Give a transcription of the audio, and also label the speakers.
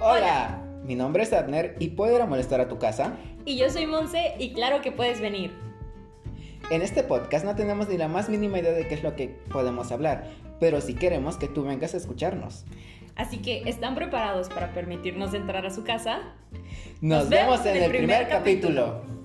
Speaker 1: Hola, mi nombre es Adner y puedo ir a molestar a tu casa.
Speaker 2: Y yo soy Monse y claro que puedes venir.
Speaker 1: En este podcast no tenemos ni la más mínima idea de qué es lo que podemos hablar, pero sí queremos que tú vengas a escucharnos.
Speaker 2: Así que, ¿están preparados para permitirnos entrar a su casa?
Speaker 1: Nos, vemos en el primer, capítulo.